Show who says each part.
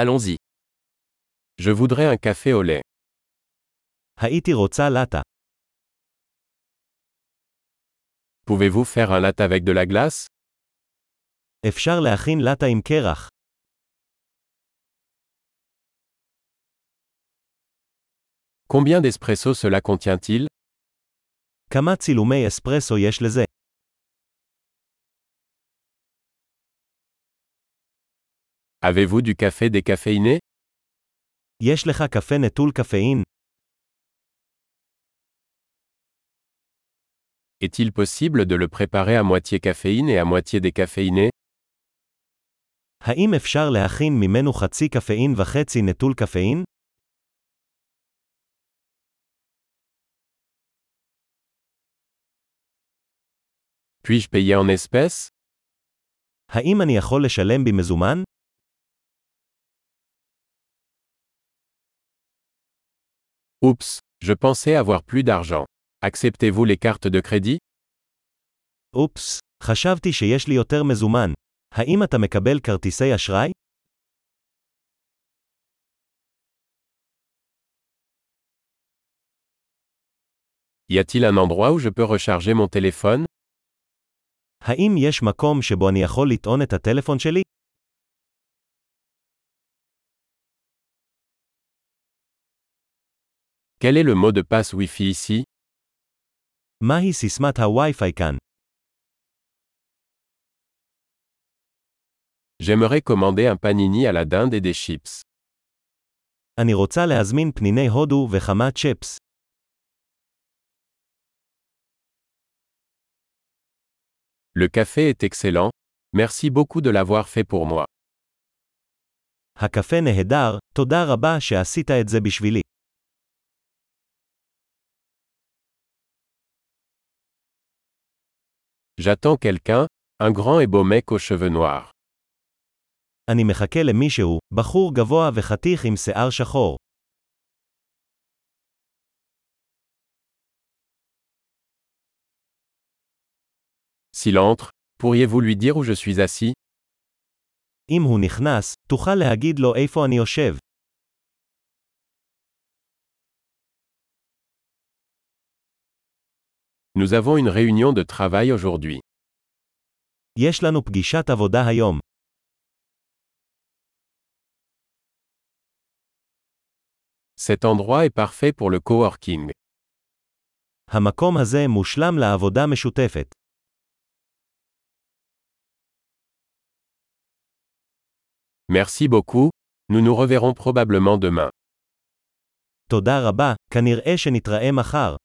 Speaker 1: Allons-y. Je voudrais un café au lait.
Speaker 2: הייתי רוצה לטה.
Speaker 1: Pouvez-vous faire un latte avec de la glace
Speaker 2: אפשר להכין לטה עם קרח.
Speaker 1: Combien d'espresso cela contient-il
Speaker 2: כמה צילומי אספרסו יש לזה?
Speaker 1: Avez-vous du café décaféiné
Speaker 2: יש לך קפה נטול קפאין?
Speaker 1: Est-il possible de le préparer à moitié caféine et à moitié décaféiné
Speaker 2: האם אפשר להכין ממנו חצי קפאין וחצי נטול קפאין?
Speaker 1: Puis-je payer en espèces
Speaker 2: האם אני יכול לשלם במזומן?
Speaker 1: Oups, je pensais avoir plus d'argent. Acceptez-vous les cartes de crédit
Speaker 2: אופס, חשבתי שיש לי יותר מזומן. האם אתה מקבל כרטיסי אשראי?
Speaker 1: Y a-t-il un endroit où je peux recharger mon téléphone
Speaker 2: האם יש מקום שבו אני יכול לטעון את הטלפון שלי?
Speaker 1: Quel est le mot de passe Wi-Fi ici
Speaker 2: מהי סיסמת הווי-פיי כאן?
Speaker 1: J'aimerais commander un panini à la dinde et des chips.
Speaker 2: אני רוצה להזמין פניני הודו וכמה צ'פס.
Speaker 1: Le café est excellent. Merci beaucoup de l'avoir fait pour moi.
Speaker 2: הקפה נהדר, תודה רבה שעשית את זה בשבילי.
Speaker 1: J'attends quelqu'un, un grand et beau mec aux cheveux noirs.
Speaker 2: אני מחכה למישהו, בחור גבוה וחתיך עם שיער שחור.
Speaker 1: S'il entre, pourriez-vous lui dire où je suis assis
Speaker 2: אם הוא נכנס, תוכל להגיד לו איפה אני יושב.
Speaker 1: Nous avons une réunion de travail aujourd'hui.
Speaker 2: יש לנו פגישת עבודה היום.
Speaker 1: Cet endroit est parfait pour le coworking.
Speaker 2: המקום הזה מושלם לעבודה משותפת.
Speaker 1: Merci beaucoup, nous nous reverrons probablement demain.
Speaker 2: תודה רבה, כנראה שנתראה מחר.